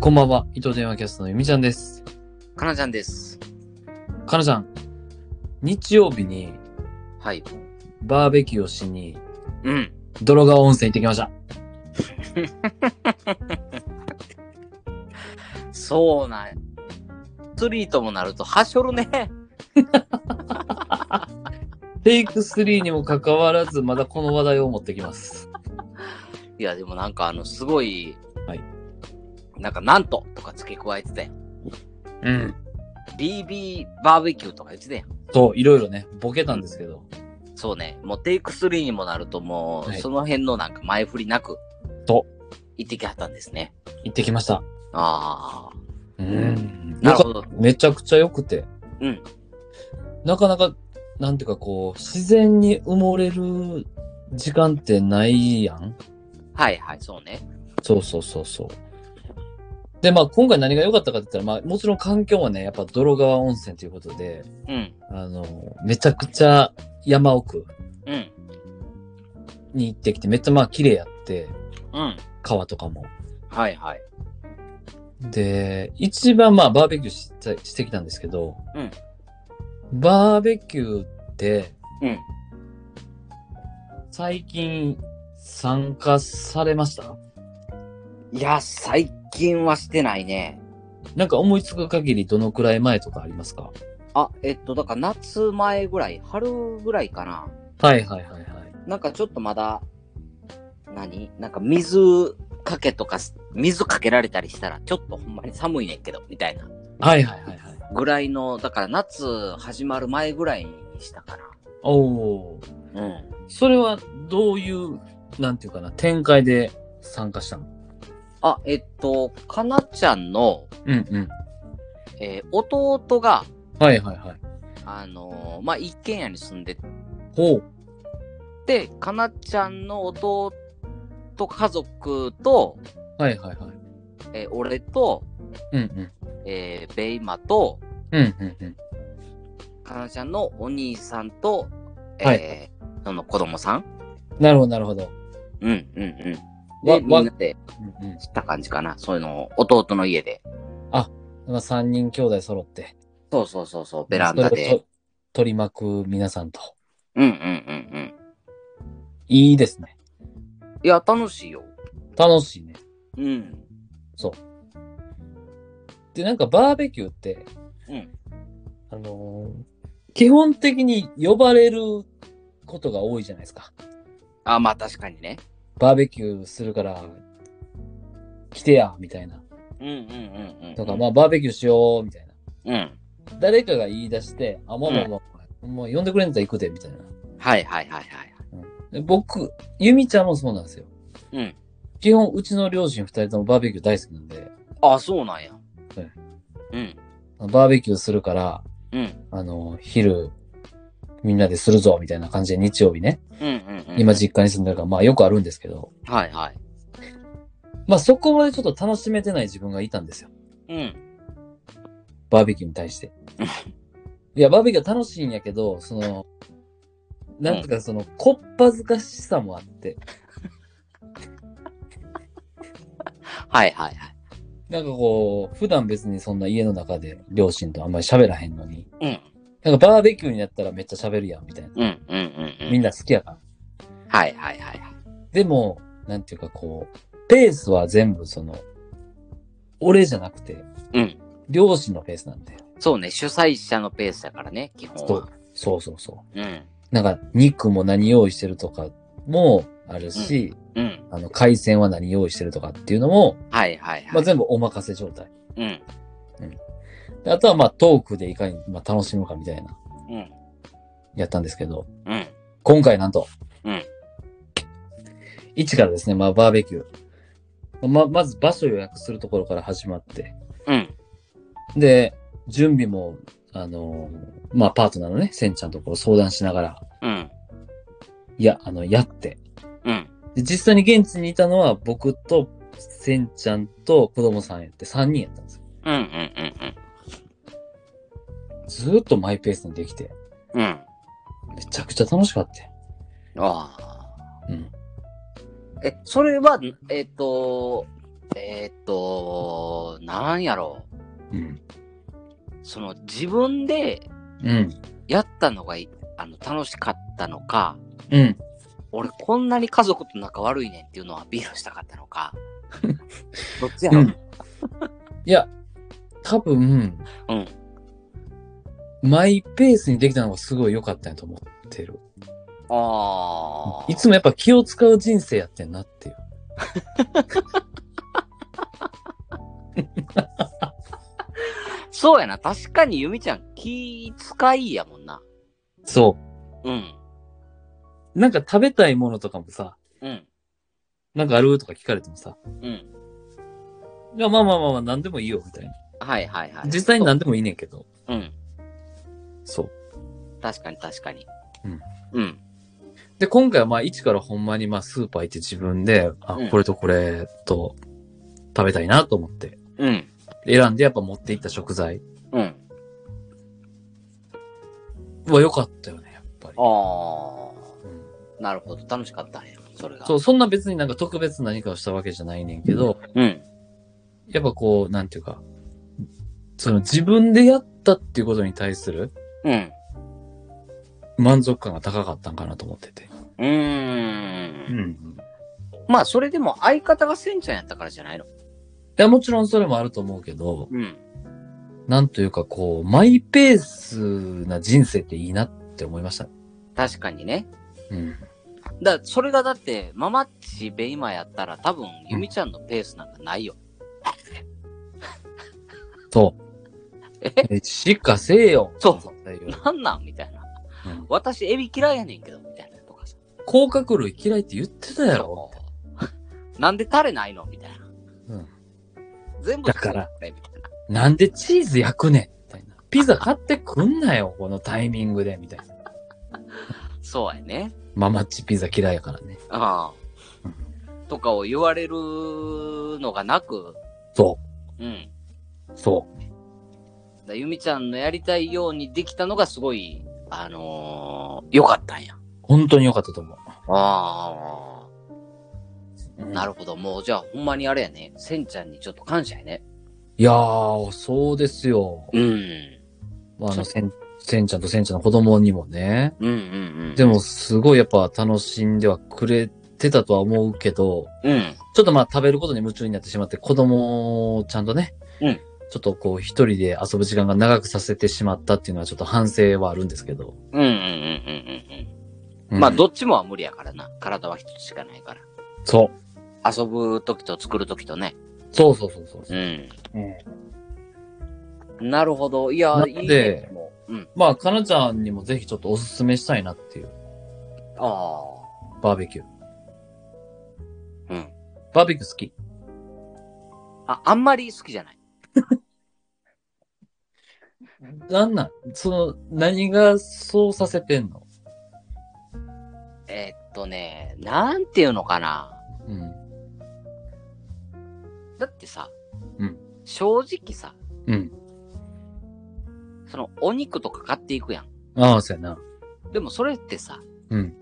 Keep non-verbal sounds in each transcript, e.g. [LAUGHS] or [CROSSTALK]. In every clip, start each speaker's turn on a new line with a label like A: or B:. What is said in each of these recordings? A: こんばんは、伊藤電話キャストのゆみちゃんです。
B: かなちゃんです。
A: かなちゃん、日曜日に
B: はい。
A: バーベキューをしに、
B: うん。
A: 泥川温泉行ってきました。
B: そうなんや。アスリートもなるとはしょるね。 [LAUGHS]
A: テイク3にもかかわらず、まだこの話題を持ってきます。
B: いや、でもなんかあの、すごい、
A: はい。
B: なんか、なんととか付け加えてたよ。
A: うん。
B: BB バーベキューとか言ってたよ。
A: そう、いろいろね、ボケたんですけど。
B: そうね。もうテイク3にもなるともう、
A: はい
B: その辺のなんか前振りなく、
A: と
B: 行ってきはったんですね。
A: 行ってきました。
B: ああ。
A: うん。
B: な
A: よか
B: るほど。
A: めちゃくちゃ良くて。
B: うん。
A: なかなか、なんていうかこう、自然に埋もれる時間ってないやん。
B: はいはい、そうね。
A: そうそうそうそう。で、まあ今回何が良かったかって言ったら、まあもちろん環境はね、やっぱ泥川温泉ということで、
B: うん。
A: あの、めちゃくちゃ山奥
B: うん。
A: に行ってきて、めっちゃまあ綺麗やって、
B: うん。
A: 川とかも。
B: はいはい。
A: で、一番まあバーベキューしたしてきたんですけど、
B: うん
A: バーベキューって
B: うん。
A: 最近参加されました
B: いや、最近はしてないね。
A: なんか思いつく限りどのくらい前とかありますか
B: あ、えっと、だから夏前ぐらい、春ぐらいかな。
A: はいはいはいはい。
B: なんかちょっとまだ、何なんか水かけとかす、水かけられたりしたら、ちょっとほんまに寒いねんけど、みたいな
A: はいはいはいはい。
B: ぐらいの、だから夏始まる前ぐらいにしたか
A: おおー。
B: な。うん。
A: それはどういう、なんていうかな、展開で参加したの
B: あ、えっと、かなちゃんの、
A: うんうん。
B: えー弟が、
A: はいはいはい。
B: あのーまあ、一軒家に住んで
A: ほう。
B: て、かなちゃんの弟家族と、
A: はいはいはい。
B: えー俺と、
A: うんうん。
B: えーベイマと、
A: うんうんうん。
B: かなちゃんのお兄さんと、えー
A: は
B: その子供さん
A: なるほどなるほど。
B: うんうんうん。
A: わ
B: で、
A: わ
B: みんなで
A: うんうん。
B: した感じかな。そういうのを弟の家で。
A: まあ、3人兄弟揃って。
B: そうそうそうそう、ベランダ
A: それを
B: で
A: と。取り巻く皆さんと。
B: うんうんうんうん。
A: いいですね。
B: いや、楽しいよ。
A: 楽しいね。
B: うん。
A: で、なんかバーベキューって、
B: うん。
A: あのー基本的に呼ばれることが多いじゃないですか。
B: あ、まあ確かにね。
A: バーベキューするから、来てや、みたいな。
B: うんうんうんうん。
A: とか、まあ、バーベキューしよう、みたいな。
B: うん。
A: 誰かが言い出して、あ、まあまあまあ、もう呼んでくれんだったら行くで、みたいな。
B: はいはいはいはい。
A: で僕、ゆみちゃんもそうなんですよ。
B: うん。
A: 基本、うちの両親二人ともバーベキュー大好きなんで、
B: あ、そうなんや。
A: はい
B: うん。
A: バーベキューするから、
B: うん。
A: あの、昼、みんなでするぞ、みたいな感じで日曜日ね。
B: うんうんうん。
A: 今実家に住んでるから、まあよくあるんですけど、
B: はいはい。
A: まあそこまでちょっと楽しめてない自分がいたんですよ。
B: うん。
A: バーベキューに対
B: [LAUGHS]
A: して。いや、バーベキューは楽しいんやけど、その、なんとかその、こっぱずかしさもあって、
B: はいはいはい。
A: なんかこう、普段別にそんな家の中で両親とあんまり喋らへんのに、
B: うん。
A: なんかバーベキューになったらめっちゃ喋るやん、みたいな。
B: うんうんうんうん。
A: みんな好きやから。
B: はいはいはいはい。
A: でも、なんていうかこう、ペースは全部その、俺じゃなくて、
B: うん。
A: 両親のペースなんだよ。
B: そうね、主催者のペースだからね、基本
A: そ
B: は
A: う。そうそうそ
B: うん。
A: う。なんか、肉も何用意してるとかもあるし、
B: うん。
A: あの、海鮮は何用意してるとかっていうのも、
B: はいはいはい。
A: まあ、全部お任せ状態。
B: うん。
A: であとはまあトークでいかに、まあ、楽しむかみたいな、
B: うん。
A: やったんですけど、
B: うん。
A: 今回なんと、
B: うん。
A: 一からですね、まあバーベキュー。ま、まず場所予約するところから始まって、
B: うん。
A: で、準備も、あのーまあ、パートナーのね、センちゃんとこう相談しながら、
B: うん。
A: いや、あの、やって。
B: うん。
A: で、実際に現地にいたのは、僕と、センちゃんと子供さんやって、3人やったんですよ。
B: うん。うん。うん。
A: ずーっとマイペースにできて、
B: うん。うん。
A: めちゃくちゃ楽しかったよ。
B: ああ。
A: うん。
B: え、それは、えっ、と、えーっと、なんやろう。
A: うん。
B: その自分で
A: うん。
B: やったのがいあの楽しかったのか、
A: うん。
B: 俺こんなに家族と仲悪いねんっていうのをアピールしたかった
A: [LAUGHS]
B: のか。どっちやろ、
A: う
B: うんん、
A: いや、多分、
B: うん。
A: マイペースにできたのがすごい良かったんやと思ってる。
B: ああ。
A: いつもやっぱ気を使う人生やってんなっていう。
B: そうやな。確かにゆみちゃん気使いやもんな。
A: そ
B: うん。
A: う。なんか食べたいものとかもさ、
B: うん。
A: なんかあるとか聞かれてもさ、
B: うん。
A: いやまあまあまあまあ、何でもいいよ、みたいな。
B: はいはいはい。
A: 実際に何でもいいねんけど。
B: うん。
A: そう。
B: 確かに確かに。
A: うん。
B: うん。
A: で、今回はまあ、一からほんまにまあ、スーパー行って自分で、あ
B: う、ん
A: これとこれと食べたいなと思って、
B: うん。
A: 選んでやっぱ持っていった食材
B: うん。
A: は良かったよね、やっぱり。
B: あ
A: うん
B: あ。なるほど。楽しかったね。それが。
A: そう、そんな別になんか特別何かをしたわけじゃないねんけど、
B: うん。
A: やっぱこう、なんていうか、その自分でやったっていうことに対する
B: うん。
A: 満足感が高かったんかなと思ってて。
B: うーん。
A: ん。
B: まあ、それでも相方がセンちゃんやったからじゃないの。
A: いや、もちろんそれもあると思うけど、
B: うん。
A: なんというかこう、マイペースな人生っていいなって思いました。
B: 確かにね。
A: うん。
B: だそれがだって、ママッチベイマやったら多分、ゆみちゃんのペースなんかないよ。
A: そう。え、しかせえよ。
B: そう
A: 絶対よ
B: なんなんみたいな。
A: うん
B: 私、エビ嫌いやねんけど、みたいなとかさ。
A: 甲殻類嫌いって言ってたやろ。
B: そうなんで [LAUGHS] タレないのみたいな。
A: うん
B: 全部
A: だから
B: 作ってみたいな
A: なんでチーズ焼くねんみたいな。ピザ買ってくんなよ、このタイミングで、みたいな。
B: そうやね。
A: ママッチピザ嫌いやからね。
B: あ
A: う
B: あ。とかを言われるのがなく、
A: そ
B: うん。
A: う、そ
B: だゆみちゃんのやりたいようにできたのがすごい、あのー、良かったんや。
A: う。本当に良かったと思
B: ああ。
A: う。
B: な
A: る
B: るほど。もう、じゃあ、ほんまにあれやね。せんちゃんにちょっと感謝やね。
A: いやー、そうですよ。
B: うん。
A: あ
B: そ
A: の、
B: う
A: せん、せんちゃんとせんちゃんの子供にもね。
B: うんうんうん。
A: でも、すごいやっぱ楽しんではくれてたとは思うけど、
B: うん。
A: ちょっとまあ食べることに夢中になってしまって、子供をちゃんとね、
B: うん
A: ちょっとこう一人で遊ぶ時間が長くさせてしまったっていうのはちょっと反省はあるんですけど。
B: うんうんうんうんうん。
A: うん
B: まあ、どっちもは無理やからな。体は一つしかないから。
A: そう。
B: 遊ぶときと作るときとね。
A: そうそうそうそう。
B: うん。
A: うん
B: なるほど。いや
A: な、ん
B: い
A: で
B: いね。でもうん。
A: まあ、かなちゃんにもぜひちょっとおすすめしたいなっていう、
B: あ
A: バーベキュー。
B: あ。うん。
A: バーベキュー好き。
B: あ、あんまり好きじゃない。
A: なんなんその、何がそうさせてんの
B: えーっとね、なんていうのかな。
A: うん。
B: だってさ、
A: うん
B: 正直さ、
A: うん。
B: そのお肉とか買っていくやん。
A: ああ、そうやな。
B: でもそれってさ、
A: うん。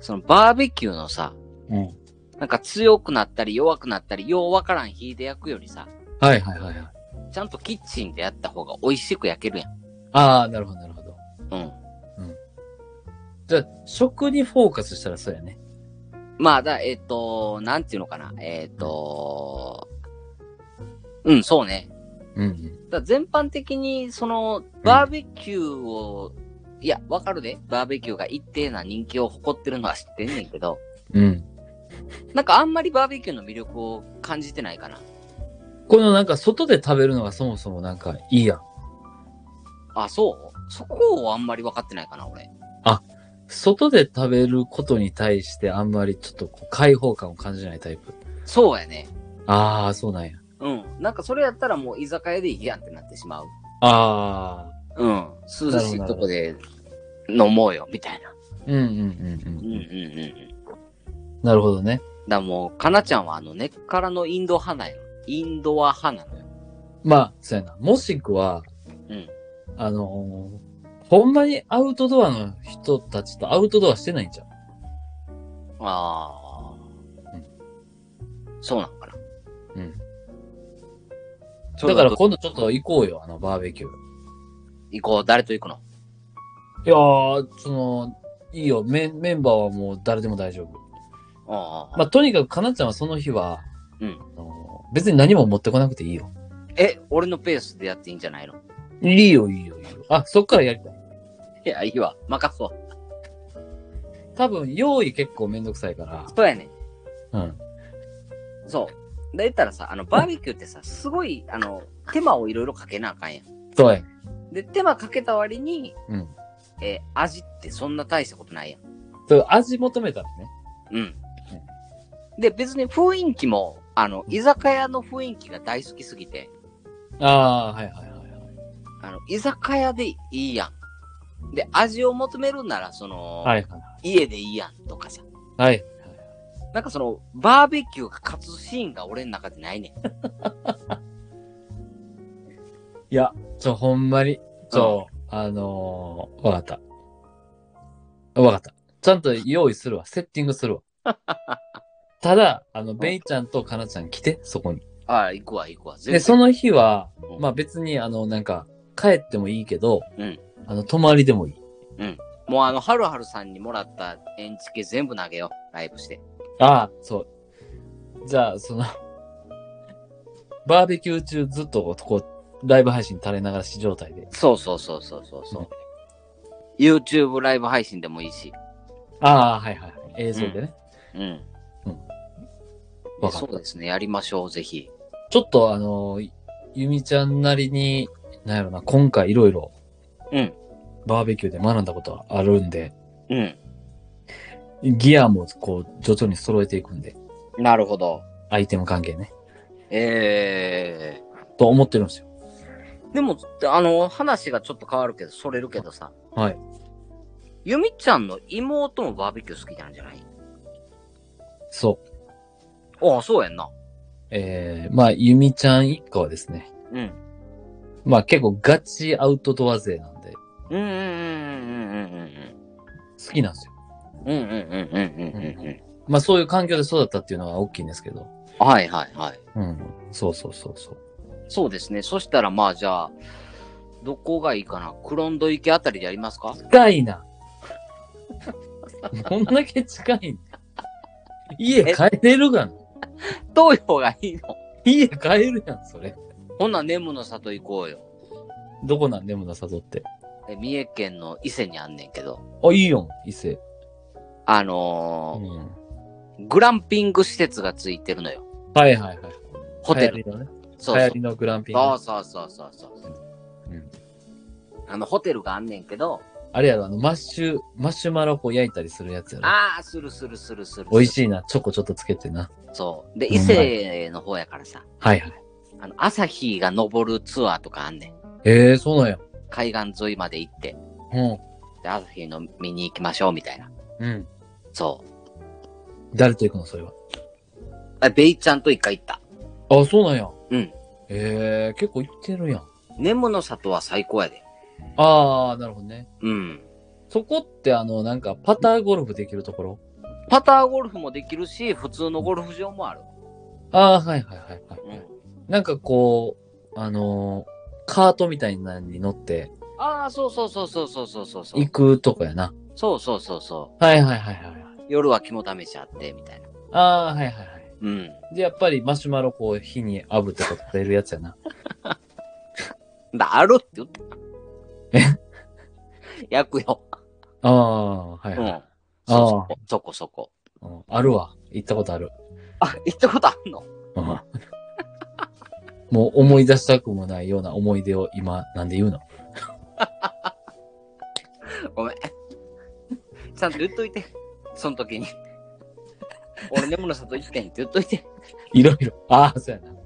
B: そのバーベキューのさ、
A: うん。
B: なんか強くなったり弱くなったり、ようわからん火で焼くよりさ、
A: はいはいはいはい。
B: ちゃんとキッチンでやった方が美味しく焼けるやん。
A: ああ、なるほどなるほど。
B: うん。
A: じゃあ、食にフォーカスしたらそうやね。
B: まあ、だ、えっ、と、なんていうのかな。えっ、と、うん、そうね。
A: うんうん。
B: だ全般的に、その、バーベキューを、いや、わかるで。バーベキューが一定な人気を誇ってるのは知ってんねんけど、
A: うん。
B: なんかあんまりバーベキューの魅力を感じてないかな。
A: このなんか外で食べるのがそもそもなんかいいやん。
B: あ、そうそこをあんまり分かってないかな、俺。
A: 外で食べることに対してあんまりちょっとこう開放感を感じないタイプ。
B: そうやね。
A: ああ、そうなんや。
B: うん。なんかそれやったらもう居酒屋でいいやんってなってしまう。
A: ああ。
B: うん。涼しいとこで飲もうよ、みたいな。
A: うんうんうん
B: う
A: うん。
B: うんんうん。
A: なるほどね。
B: だからもう、かなちゃんはあの根っからのインド派なんよ。インドア派なのよ。
A: まあ、そうやな。もしくは、
B: うん
A: あのーほんまにアウトドアの人たちとアウトドアしてないんじゃん。
B: ああ。そうなんかな。
A: うん。
B: ち
A: だ
B: ょうど
A: から今度ちょっと行こうよ、あのバーベキュー。
B: 行こう、誰と行くの
A: いやー、その、いいよメン、メンバーはもう誰でも大丈夫。
B: ああ、
A: まあ、とにかくかなちゃんはその日は、
B: うん
A: あの別に何も持ってこなくていいよ。
B: え、俺のペースでやっていいんじゃないの
A: いいよ、いいよ、いいよ。あ、そっからやりたい。
B: いや、いいわ。任そう。
A: 多分、用意結構めんどくさいから。
B: そうやね
A: うん。
B: そう。だったらさ、あの、バーベキューってさ、すごい、あの、手間をいろいろかけなあかんやん。
A: そうやね。
B: で、手間かけた割に、
A: うん。
B: えー味ってそんな大したことないやん。
A: そう、味求めたらね。
B: うん。で、別に雰囲気も、あの、居酒屋の雰囲気が大好きすぎて、
A: ああ、はいはいはいはい。
B: あの、居酒屋でいいやん。で、味を求めるなら、その、
A: はいはい。
B: 家でいいやんとかさ。
A: はい。
B: なんかその、バーベキューが勝つシーンが俺の中でないねん。
A: いや、ちょ、ほんまに。そう、あのー、わかった。わかった。ちゃんと用意するわ。セッティングするわ。
B: [LAUGHS]
A: ただ、あの、ベイちゃんとかなちゃん来て、そこに。
B: ああ、行くわ、行くわ。全
A: で、
B: 然
A: その日は、まあ
B: あ、
A: 別に、あの、なんか、帰ってもいいけど、
B: うん
A: あの、泊まりでもいい。
B: もうあの、はるはるさんにもらったエンチケ全部投げよう。ライブして。
A: ああ、そう。じゃあ、その、バーベキュー中ずっとこう、ライブ配信垂れ流し状態で。
B: そうそうそうそうそうそう
A: うん
B: YouTube ライブ配信でもいいし。
A: ああ、はいはいはい。映像でね。
B: うん。
A: うん
B: で
A: わかった
B: そうですね。やりましょう、ぜひ。
A: ちょっとあの、ゆみちゃんなりに、なんやろな、今回いろいろ
B: うん。
A: バーベキューで学んだことはあるんで、
B: うん。
A: ギアもこう、徐々に揃えていくんで、
B: なるほど。
A: アイテム関係ね。
B: え
A: と思ってるんですよ。
B: ー。でも、あの、話がちょっと変わるけど、それるけどさ。
A: はい。
B: ゆみちゃんの妹もバーベキュー好きなんじゃない
A: そう。
B: ああ、そうやんな。
A: えー、まあ、ゆみちゃん一家はですね、
B: うん。
A: まあ結構ガチアウトドア勢なんで、
B: うんうんうんうん
A: 好きなんですよ。
B: うんうんうんうんうんうんうんうん
A: まあそういう環境で育ったっていうのが大きいんですけど、
B: はいはいはい。
A: うん。そうそうそうそう。
B: そうですね。そしたらまあじゃあ、どこがいいかなクロンド池あたりでやりますか
A: 近いな。どんだけ近いん家帰れるがな。
B: 東洋がいいの
A: 家帰るやん、それ。
B: ほな、ネムの里行こうよ。
A: どこなんでもなさぞって。
B: え三重県の伊勢にあんねんけど、
A: あ、いいよ、伊勢。
B: あ
A: う
B: の
A: ん。
B: ーグランピング施設がついてるのよ。
A: はいはいはい。
B: ホテル。
A: 流行りのね。流
B: そうそ
A: 行
B: う
A: りのグランピング。
B: そうそうそうそうそう、
A: うん
B: あの、ホテルがあんねんけど、
A: あれやろ、あの、マッシュ、マッシュマロこう焼いたりするやつやろ。
B: ああ、するするするする。
A: 美味
B: い。
A: しいな、チョコちょっとつけてな。
B: そう。で、伊勢の方やからさ、
A: はいはい。
B: あの朝日が昇るツアーとかあんねん。
A: ええー、そうなんや。
B: 海岸沿いまで行って、
A: う
B: で朝日の見に行きましょうみたいな。
A: ん。うん。
B: そう。
A: 誰と行くの、それは。
B: あベイちゃんと一回行った。
A: あ、そうなんや。
B: うん。
A: ええー、結構行ってるやん。
B: ネモの里は最高やで。
A: あー、なるほどね。
B: うん。
A: そこってあの、なんか、パターゴルフできるところ
B: パターゴルフもできるし、普通のゴルフ場もある。
A: あー、はいはいはい、はい。
B: うん。
A: なんかこう、あのーカートみたいなのに乗って
B: ああ、そうそうそうそうそうそうそうそう
A: 行。くとこやな。
B: そうそうそうそ
A: はいはいはいはい。
B: う。夜は肝試しあって、みたいな。
A: ああー、はいはいはい。
B: うん。
A: で、やっぱりマシュマロこう火に炙ってこと食べるやつやな。
B: だ、あるって言って [LAUGHS] え焼くよ。
A: ああ、はいうはい。
B: ん。そ
A: あ
B: うそこそこ
A: うんあるわ。行ったことある。
B: そこ。あ、行ったことあんの [LAUGHS]
A: うんもう思い出したくもないような思い出を今、なんで言うの
B: ごめん。ちゃんと言っといて。その [LAUGHS] 時に。俺、根室さんと行ってんって言っといて。
A: いろいろ。ああ、そうやな。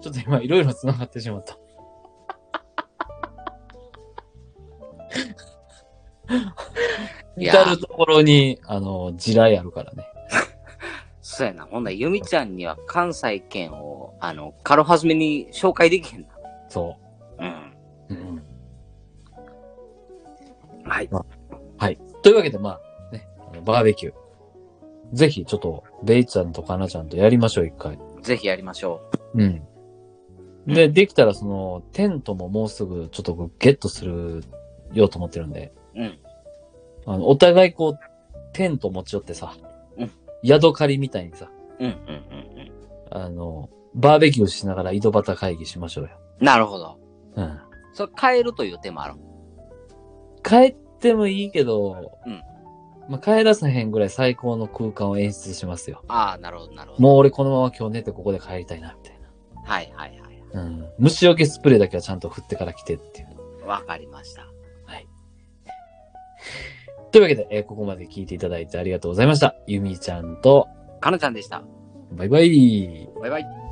A: ちょっと今、いろいろ繋がってしまった。
B: い
A: 至
B: や
A: るところに、あの、地雷あるからね。
B: そうやな。ほんなら、ゆみちゃんには関西圏を、あの、軽はずめに紹介できへん
A: そ
B: な。
A: う。うん。
B: うん。はい。
A: はい。というわけで、まあ、ね、あのバーベキュー。ぜひ、ちょっと、ベイちゃんとかなちゃんとやりましょう、一回。
B: ぜひやりましょ
A: うん。で、できたらその、テントももうすぐちょっとこうゲットするようと思ってるんで、
B: うん。
A: あの、お互いこう、テント持ち寄ってさ、
B: うん
A: 宿借りみたいにさ、
B: うんうんうんうん。
A: あの、バーベキューしながら井戸端会議しましょうよ。
B: なるほど。
A: うん。
B: それ変えるという手もある。
A: 帰ってもいいけど、
B: うん
A: まあ、帰らさへんぐらい最高の空間を演出しますよ。
B: ああ、なるほど、なるほど。
A: もう俺このまま今日寝てここで帰りたいな、みたい
B: はいはいはい。
A: な。うん。虫除けスプレーだけはちゃんと振ってから来てっていう。
B: わかりました。
A: というわけで、えーここまで聞いていただいてありがとうございました。ゆみちゃんと、
B: かなちゃんでした。
A: バイバイ。
B: バイバイ。